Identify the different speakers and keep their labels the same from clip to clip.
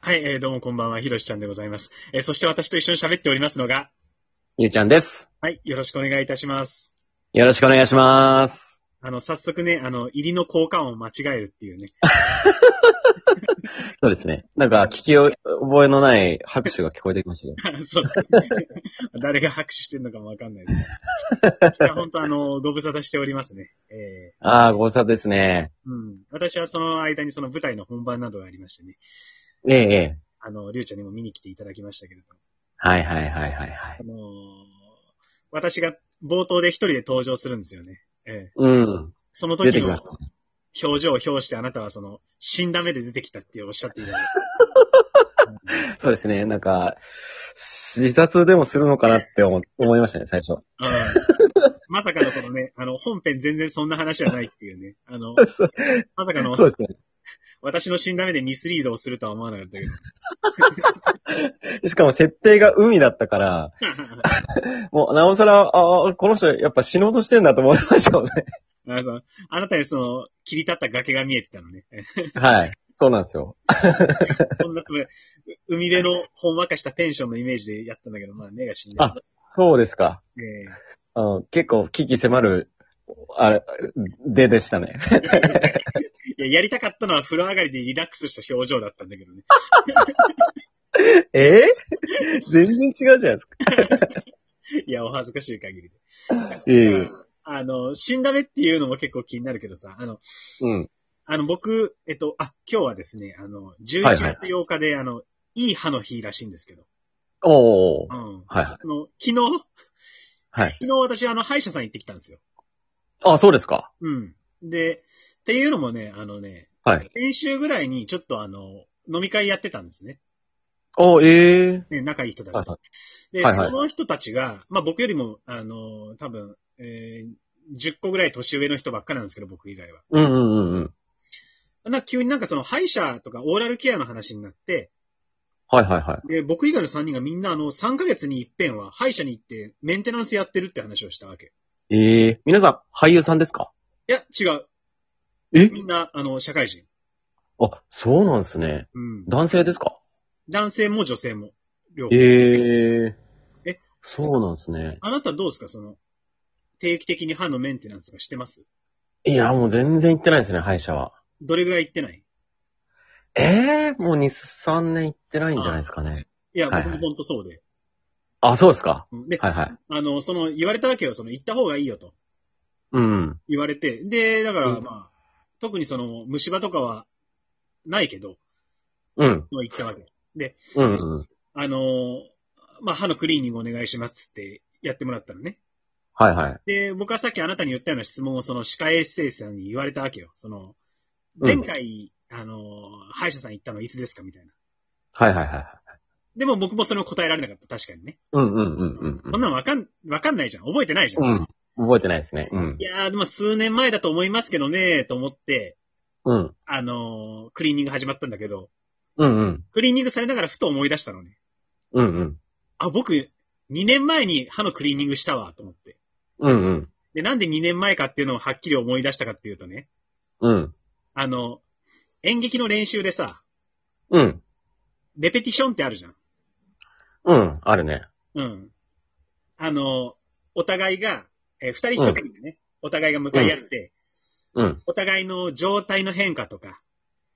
Speaker 1: はい、えーどうもこんばんは、ひろしちゃんでございます。えーそして私と一緒に喋っておりますのが、
Speaker 2: ゆうちゃんです。
Speaker 1: はい、よろしくお願いいたします。
Speaker 2: よろしくお願いします。
Speaker 1: あの、早速ね、あの、入りの効果音を間違えるっていうね。
Speaker 2: そうですね。なんか、聞き覚えのない拍手が聞こえてきましたけど。
Speaker 1: そう ですね誰が拍手してるのかもわかんないですけど。いや、本当あの、ご無沙汰しておりますね。えー
Speaker 2: ああ、ご無沙汰ですね。
Speaker 1: うん。私はその間にその舞台の本番などがありましてね。
Speaker 2: ええ、ええ。
Speaker 1: あの、りゅうちゃんにも見に来ていただきましたけれども。
Speaker 2: はいはいはいはいはい
Speaker 1: あ。のー私が冒頭で一人で登場するんですよね。ええ
Speaker 2: うん。
Speaker 1: その
Speaker 2: 出
Speaker 1: 時
Speaker 2: てき
Speaker 1: の
Speaker 2: ました。
Speaker 1: 表情を表してあなたはその、死んだ目で出てきたっておっしゃっていた だい
Speaker 2: そうですね。なんか、自殺でもするのかなって思 思いましたね、最初。
Speaker 1: て。うんまさかのそのね、あの、本編全然そんな話じゃないっていうね。あの、まさかの
Speaker 2: そうです
Speaker 1: 私の死んだ目でミスリードをするとは思わなかったけど。
Speaker 2: ね。しかも設定が海だった から、もうなおさら、ああ、この人やっぱ死のうとしてんだと思いましたよね。
Speaker 1: あのあなたにその、切り立った崖が見えてたのね。
Speaker 2: はい。そうなんですよ。
Speaker 1: こんなつもり、う海辺のほんわかしたペンションのイメージでやったんだけど、まあ目が死んでる
Speaker 2: あそうですか。
Speaker 1: ええ
Speaker 2: あの結構、危機迫る、あれ、ででしたね。
Speaker 1: いや、やりたかったのは風呂上がりでリラックスした表情だったんだけどね。
Speaker 2: え ー全然違うじゃないですか。
Speaker 1: いや、お恥ずかしい限りで。
Speaker 2: いえいえ。
Speaker 1: あの、死んだ目っていうのも結構気になるけどさ、あの、
Speaker 2: うん。
Speaker 1: あの、僕、えっと、あ、今日はですね、あの、
Speaker 2: は
Speaker 1: 11
Speaker 2: いはい
Speaker 1: 月8日で、あの、いい歯の日らしいんですけど。
Speaker 2: おお
Speaker 1: う。ん。
Speaker 2: はいはい。
Speaker 1: あの、昨日、
Speaker 2: はい。
Speaker 1: 昨日私、あの、歯医者さん行ってきたんですよ。
Speaker 2: あ、そうですか。
Speaker 1: うん。で、っていうのもね、あのね、
Speaker 2: はい。
Speaker 1: 先週ぐらいにちょっとあの、飲み会やってたんですね。
Speaker 2: おええ
Speaker 1: ね、仲いい人たち
Speaker 2: はい
Speaker 1: と
Speaker 2: は。
Speaker 1: で、
Speaker 2: はいはい
Speaker 1: その人たちが、まあ僕よりも、あの、多分、えー、10個ぐらい年上の人ばっかなんですけど、僕以外は。
Speaker 2: うんうんうんうん。
Speaker 1: なんか急になんかその歯医者とかオーラルケアの話になって、
Speaker 2: はいはいはい。
Speaker 1: で、僕以外の3人がみんなあの、3ヶ月に一遍は歯医者に行ってメンテナンスやってるって話をしたわけ。
Speaker 2: ええ皆さん、俳優さんですか
Speaker 1: いや、違う。
Speaker 2: え
Speaker 1: みんな、あの、社会人。
Speaker 2: あ、そうなんですね。
Speaker 1: うん。
Speaker 2: 男性ですか
Speaker 1: 男性も女性も。両方。
Speaker 2: ええ
Speaker 1: え
Speaker 2: そうなんですね。
Speaker 1: あなたどうですかその、定期的に歯のメンテナンスとかしてます
Speaker 2: いや、もう全然行ってないですね、歯医者は。
Speaker 1: どれぐらい行ってない
Speaker 2: ええもう2、3年行ってないんじゃないですかね。
Speaker 1: いや、
Speaker 2: はいはい
Speaker 1: 僕もほんとそうで。
Speaker 2: あ、そうですか。
Speaker 1: うんで、
Speaker 2: はいはい。
Speaker 1: あの、その、言われたわけよ、その、行った方がいいよと
Speaker 2: うん。
Speaker 1: 言われて、で、だから、
Speaker 2: うん
Speaker 1: まあ、特にその、虫歯とかは、ないけど、
Speaker 2: うん。
Speaker 1: もう行ったわけ。
Speaker 2: うん、うん。
Speaker 1: あのー、まあ、歯のクリーニングお願いしますって、やってもらったのね。
Speaker 2: はいはい。
Speaker 1: で、僕はさっきあなたに言ったような質問を、その、歯科衛生士さんに言われたわけよ。その、
Speaker 2: う
Speaker 1: 前
Speaker 2: ん
Speaker 1: 回、あのー、歯医者さん行ったのいつですかみたいな。
Speaker 2: はいはいはい。
Speaker 1: でも僕もそれを答えられなかった、確かにね。
Speaker 2: うんうんうんうんうん。
Speaker 1: そんなんわかん、わかんないじゃん。覚えてないじゃん。
Speaker 2: うん。覚えてないですね。うん
Speaker 1: い。やー、でも数年前だと思いますけどね、と思って、
Speaker 2: うん。
Speaker 1: あのークリーニング始まったんだけど、
Speaker 2: うんうん。
Speaker 1: クリーニングされながらふと思い出したのね。
Speaker 2: うんうん。
Speaker 1: あ、僕、2年前に歯のクリーニングしたわ、と思って。
Speaker 2: うんうん。
Speaker 1: で、なんで2年前かっていうのをはっきり思い出したかっていうとね、
Speaker 2: うん。
Speaker 1: あの、演劇の練習でさ、
Speaker 2: うん。
Speaker 1: レペティションってあるじゃん。
Speaker 2: うん。あるね。
Speaker 1: うん。あの、お互いが、えー二人一組でね、お互いが向かい合って、
Speaker 2: うん。
Speaker 1: お互いの状態の変化とか、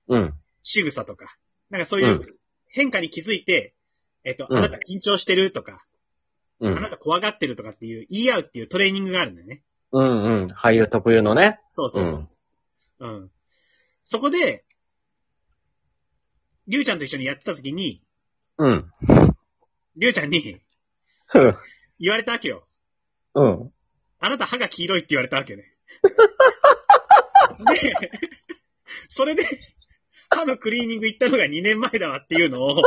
Speaker 2: うん。
Speaker 1: 仕草とか、なんかそういう
Speaker 2: うん
Speaker 1: 変化に気づいて、えっと、
Speaker 2: うん
Speaker 1: あなた緊張してるとか、
Speaker 2: う。
Speaker 1: あなんた怖がってるとかっていう、言い合うっていうトレーニングがあるんだよね。
Speaker 2: うんうん。俳優特有のね。
Speaker 1: そうそうそう。うん。そこで、りゅうちゃんと一緒にやってた時に、
Speaker 2: うん。
Speaker 1: りゅうちゃんに
Speaker 2: うん
Speaker 1: 言われたわけよ。
Speaker 2: うん。
Speaker 1: あなた歯が黄色いって言われたわけね。で、それで、歯のクリーニング行ったのが2年前だわっていうのを、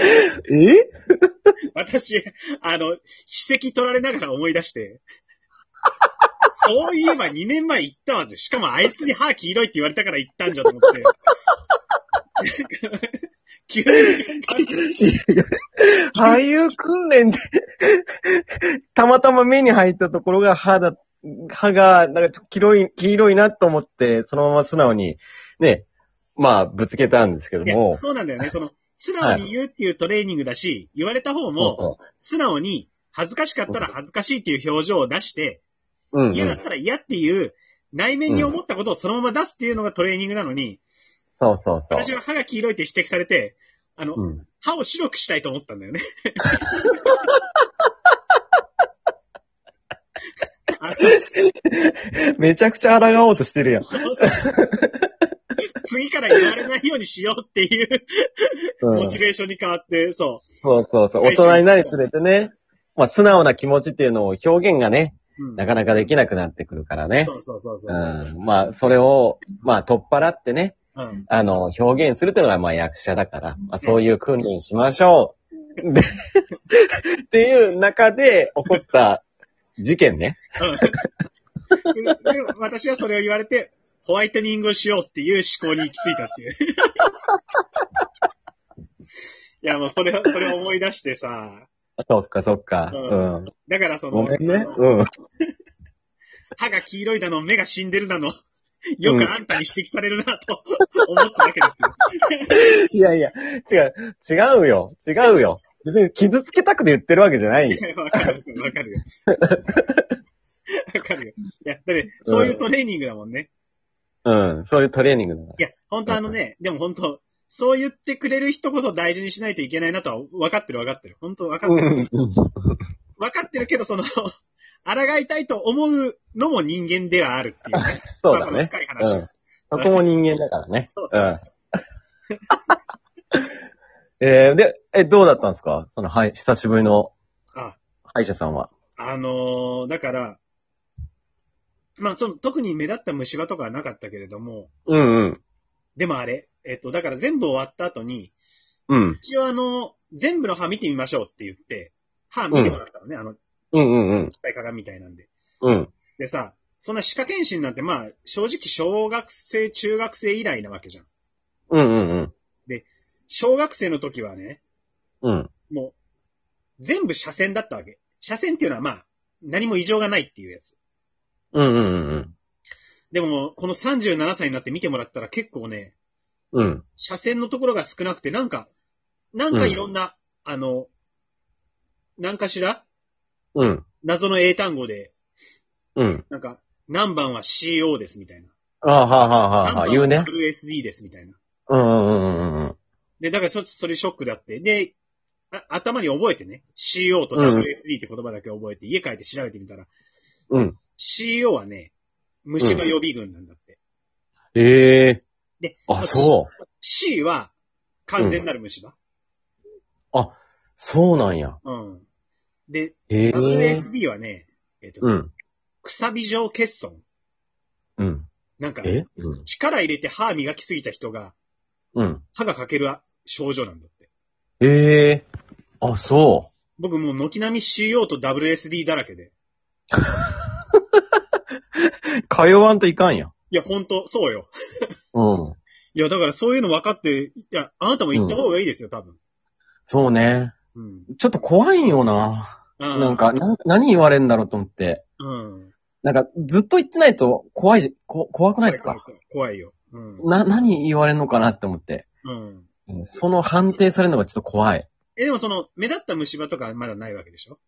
Speaker 2: え
Speaker 1: 私、あの、史跡取られながら思い出して、そういえば2年前行ったわぜ。しかもあいつに歯黄色いって言われたから行ったんじゃと思って。急に、
Speaker 2: 俳優訓練で、 たまたま目に入ったところが歯だ、歯が、なんかちょっと黄色い、黄色いなと思って、そのまま素直に、ね、まあ、ぶつけたんですけど
Speaker 1: いや
Speaker 2: も、
Speaker 1: そうなんだよね。その、素直に言うっていうトレーニングだし、言われた方も、
Speaker 2: そ
Speaker 1: 素直に、恥ずかしかったら恥ずかしいっていう表情を出して、
Speaker 2: うそう。うん、う
Speaker 1: 嫌だっ
Speaker 2: ん。
Speaker 1: たら嫌っていう、内面に思ったことをそのまま出すっていうのがトレーニングなのに、
Speaker 2: そうそうそう。
Speaker 1: 私は歯が黄色いって指摘されて、あの、
Speaker 2: うん。
Speaker 1: 歯を白くしたいと思ったんだよ ね。あそう
Speaker 2: めちゃくちゃ抗おうとしてるやん。
Speaker 1: そうそう次から言われないようにしようっていう
Speaker 2: う
Speaker 1: モ
Speaker 2: ん、
Speaker 1: チベーションに変わって、そ
Speaker 2: そうそうそう。
Speaker 1: 最初に
Speaker 2: 大人になるにつれてね、まあ、素直な気持ちっていうのを表現がね、
Speaker 1: う。うん
Speaker 2: なかなかできなくなってくるからね
Speaker 1: そ。うそうそうそうう。
Speaker 2: ん。まあ、それを、まあ、取っ払ってね、
Speaker 1: うん
Speaker 2: あの、表現するっていうのが、まあ、役者だから、まあ、そういう訓練しましょう。で っていう中で起こった事件ね。
Speaker 1: うんでで私はそれを言われて、ホワイトニングをしようっていう思考に行き着いたっていう。い や、もうそれを、それを思い出してさ、
Speaker 2: そっか、そっか。
Speaker 1: う
Speaker 2: うん。
Speaker 1: だからその、
Speaker 2: ごめんね。うん。
Speaker 1: 歯が黄色いだの、目が死んでるだの、よくあんたに指摘されるなと思ったわけですよ。
Speaker 2: いやいや、違う、違うよ。違うよ。別に傷つけたくて言ってるわけじゃないよ。
Speaker 1: いやわかる、わかるよ。わかるよ。いや、だって、そういうトレーニングだもんね。
Speaker 2: うん。そういうトレーニングだから
Speaker 1: いや、本当あのね、でも本当そう言ってくれる人こそ大事にしないといけないなとは、分かってる分かってる。本当分かってる。
Speaker 2: うん。
Speaker 1: 分かってるけど、その、 抗いたいと思うのも人間ではあるっていう、ね。
Speaker 2: そうだ
Speaker 1: まあまあ
Speaker 2: ね。
Speaker 1: 深い話。
Speaker 2: うん。そこも人間だからね。
Speaker 1: そうそうそう
Speaker 2: えー、で、え、どうだったんですかその、はい、久しぶりの
Speaker 1: あ、
Speaker 2: 歯医者さんは。
Speaker 1: あのーだから、まあ、その特に目立った虫歯とかはなかったけれども、
Speaker 2: うんうん。
Speaker 1: でもあれ、えっと、だから全部終わった後に、
Speaker 2: うん。
Speaker 1: 一応あの、全部の歯見てみましょうって言って、歯見てもらったのね、あの、機
Speaker 2: うんうんうん。
Speaker 1: 械鏡みたいなんで。
Speaker 2: うん。
Speaker 1: でさ、そんな歯科検診なんて、まあ、正直小学生、中学生以来なわけじゃん。
Speaker 2: うんうんうん。
Speaker 1: 小学生の時はね、
Speaker 2: うん。
Speaker 1: もう、全部斜線だったわけ。斜線っていうのはまあ、何も異常がないっていうやつ。
Speaker 2: うんうんうん
Speaker 1: でも、この37歳になって見てもらったら結構ね、
Speaker 2: うん。うん。
Speaker 1: 斜線のところが少なくて、なんか、なんかいろんな、あの、なんかしら
Speaker 2: うん。
Speaker 1: 謎の英単語で、
Speaker 2: うん。
Speaker 1: なんか、何番は CO ですみたいな。
Speaker 2: ああ、はあはあはあはあ、
Speaker 1: 何
Speaker 2: 言う
Speaker 1: 番
Speaker 2: ね
Speaker 1: は。USD ですみたいな。
Speaker 2: うんうんうんうん。
Speaker 1: で、だからそ、それショックだって。で、あ頭に覚えてね、CO と
Speaker 2: うん
Speaker 1: WSD って言葉だけ覚えて、家帰って調べてみたら、
Speaker 2: うん。
Speaker 1: CO はね、虫歯予備軍なんだって。
Speaker 2: ええ
Speaker 1: で
Speaker 2: あ、そう。
Speaker 1: C は、完全なる虫歯。
Speaker 2: そうなんや。
Speaker 1: うん。で、
Speaker 2: ええ
Speaker 1: WSD はね、えっ、と、
Speaker 2: うん。
Speaker 1: くさび状欠損。
Speaker 2: うん。
Speaker 1: なんか、
Speaker 2: えうん。
Speaker 1: 力入れて歯磨きすぎた人が、
Speaker 2: うん。
Speaker 1: 歯が欠ける症状なんだって。
Speaker 2: ええあ、そ
Speaker 1: 僕もう軒並み CO と WSD だらけで。
Speaker 2: う。通わんといかんや。
Speaker 1: いや、ほんと、そうよ。
Speaker 2: うん。
Speaker 1: いや、だからそういうの分かって、いや、あなたも行った方がいいですよ、多分。
Speaker 2: そうね。
Speaker 1: うん。
Speaker 2: ちょっと怖いよな。
Speaker 1: な
Speaker 2: なん、か、な何言われんだろうと思って。
Speaker 1: うん。
Speaker 2: なんか、ずっと言ってないと怖いじ、こ怖くないですか
Speaker 1: 怖いよ。うん。
Speaker 2: な、何言われんのかなって思って。
Speaker 1: うん。
Speaker 2: うんその判定されるのがちょっと怖い。
Speaker 1: え、でもその、目立った虫歯とかはまだないわけでしょ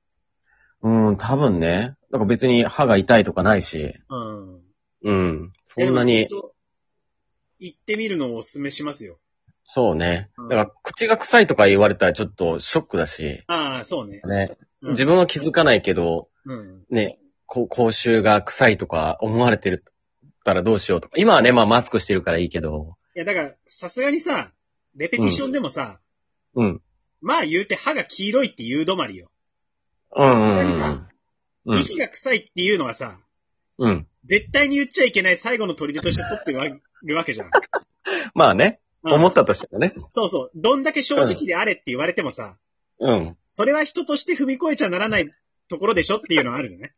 Speaker 2: うん、多分ね。なんか別に歯が痛いとかないし。
Speaker 1: うん。
Speaker 2: うん。そんなに
Speaker 1: え。でも。一度行ってみるのをお勧めしますよ。
Speaker 2: そうね。
Speaker 1: うん
Speaker 2: だから、口が臭いとか言われたらちょっとショックだし。
Speaker 1: ああ、そうね。
Speaker 2: ね。
Speaker 1: うん
Speaker 2: 自分は気づかないけど、
Speaker 1: うん。
Speaker 2: ね、こう口臭が臭いとか思われてるたらどうしようとか。今はね、まあマスクしてるからいいけど。
Speaker 1: いや、だから、さすがにさ、レペティションでもさ、
Speaker 2: うん。
Speaker 1: まあ言うて歯が黄色いっていう止まりよ。
Speaker 2: うんうんうん。うん。
Speaker 1: 息が臭いっていうのはさ、
Speaker 2: うん。
Speaker 1: 絶対に言っちゃいけない最後の砦として取ってるわるわけ じゃん。
Speaker 2: まあね、
Speaker 1: うん
Speaker 2: 思ったとしてもね。
Speaker 1: そうそう。どんだけ正直であれって言われてもさ、
Speaker 2: うん。
Speaker 1: それは人として踏み越えちゃならないところでしょっていうのはあるじゃない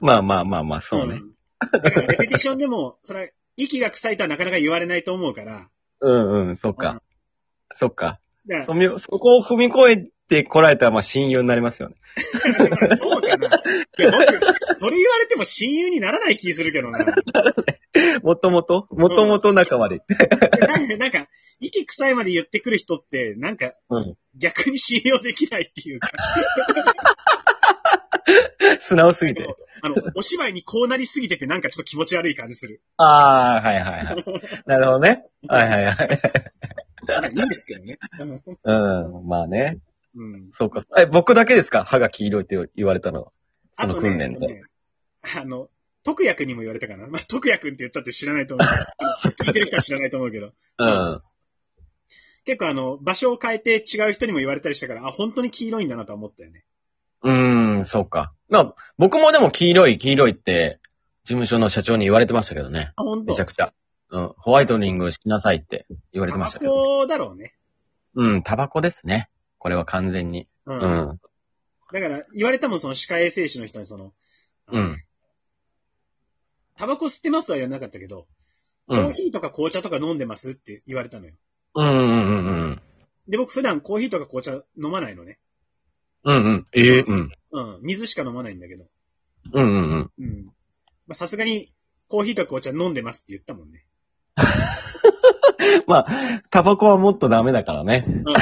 Speaker 2: まあまあまあまあ、そうね。
Speaker 1: ん。だからレペティションでも、それは、息が臭いとはなかなか言われないと思うから、
Speaker 2: うんうん、そっか。そっか。
Speaker 1: だか
Speaker 2: そ
Speaker 1: ら、
Speaker 2: みそこを踏み越えてこられたら、まあ親友になりますよね。
Speaker 1: そうかな。いや、僕、それ言われても親友にならない気するけどな。
Speaker 2: もともともともと仲悪い。
Speaker 1: なんか、息臭いまで言ってくる人って、なんか、
Speaker 2: うん。
Speaker 1: 逆に信用できないっていうか、
Speaker 2: 素直すぎて。
Speaker 1: あの、お芝居にこうなりすぎててなんかちょっと気持ち悪い感じする。
Speaker 2: ああ、はいはいはい。なるほどね。 はいはいはい。
Speaker 1: まあいいんですけどね。
Speaker 2: うん、まあね。
Speaker 1: うん。
Speaker 2: そうか。え、僕だけですか歯が黄色いって言われたのは。そ
Speaker 1: あ
Speaker 2: の
Speaker 1: と
Speaker 2: 訓
Speaker 1: ね
Speaker 2: 練で。、
Speaker 1: あの、徳也くんにも言われたかな。まあ、徳也くんって言ったって知らないと思うけど。聞いてる人は知らないと思うけど。
Speaker 2: うん。
Speaker 1: 結構あの、場所を変えて違う人にも言われたりしたから、あ、本当に黄色いんだなとは思ったよね。
Speaker 2: うーん、そうか。まあ、僕もでも黄色い、黄色いって、事務所の社長に言われてましたけどね。
Speaker 1: あ、本当
Speaker 2: めちゃくちゃ。うん。ホワイトニングしなさいって言われてましたけ
Speaker 1: タバ
Speaker 2: ど。
Speaker 1: コだろうね。
Speaker 2: うん、タバコですね。これは完全に。
Speaker 1: う。
Speaker 2: うんん。
Speaker 1: だから、言われたもん、その歯科衛生士の人にその、あ
Speaker 2: う
Speaker 1: の
Speaker 2: ん。
Speaker 1: タバコ吸ってますとは言わなかったけど、
Speaker 2: う
Speaker 1: コー
Speaker 2: ん。
Speaker 1: ヒーとか紅茶とか飲んでますって言われたのよ。
Speaker 2: うんうんうんうん。
Speaker 1: で、僕普段コーヒーとか紅茶飲まないのね。
Speaker 2: うんうん。ええうん。
Speaker 1: うん。水しか飲まないんだけど。
Speaker 2: うんうんうん。
Speaker 1: うん。まあ、さすがに、コーヒーとか紅茶飲んでますって言ったもんね。
Speaker 2: まあ、タバコはもっとダメだからね。
Speaker 1: うん。う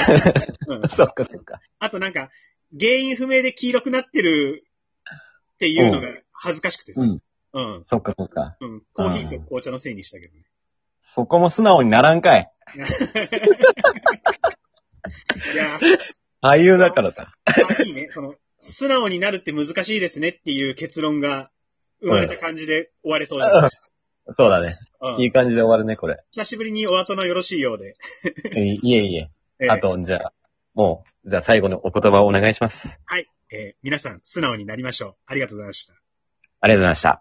Speaker 1: ん、
Speaker 2: そっかそっか。
Speaker 1: あとなんか、原因不明で黄色くなってるっていうのが恥ずかしくてさ。
Speaker 2: うん。
Speaker 1: うん。
Speaker 2: そっかそっか。
Speaker 1: うん。コーヒーと紅茶のせいにしたけどね。
Speaker 2: そこも素直にならんかい。
Speaker 1: いやー、
Speaker 2: 俳優だからさ。
Speaker 1: あいいね。その、素直になるって難しいですねっていう結論が生まれた感じで終われそうだね。
Speaker 2: そうだね。
Speaker 1: うん
Speaker 2: いい感じで終わるね、これ。
Speaker 1: 久しぶりにお後のよろしいようで。
Speaker 2: いいえいえ。
Speaker 1: えー
Speaker 2: あと、じゃあ、もう、じゃあ最後のお言葉をお願いします。
Speaker 1: えー皆さん素直になりましょう。ありがとうございました。
Speaker 2: ありがとうございました。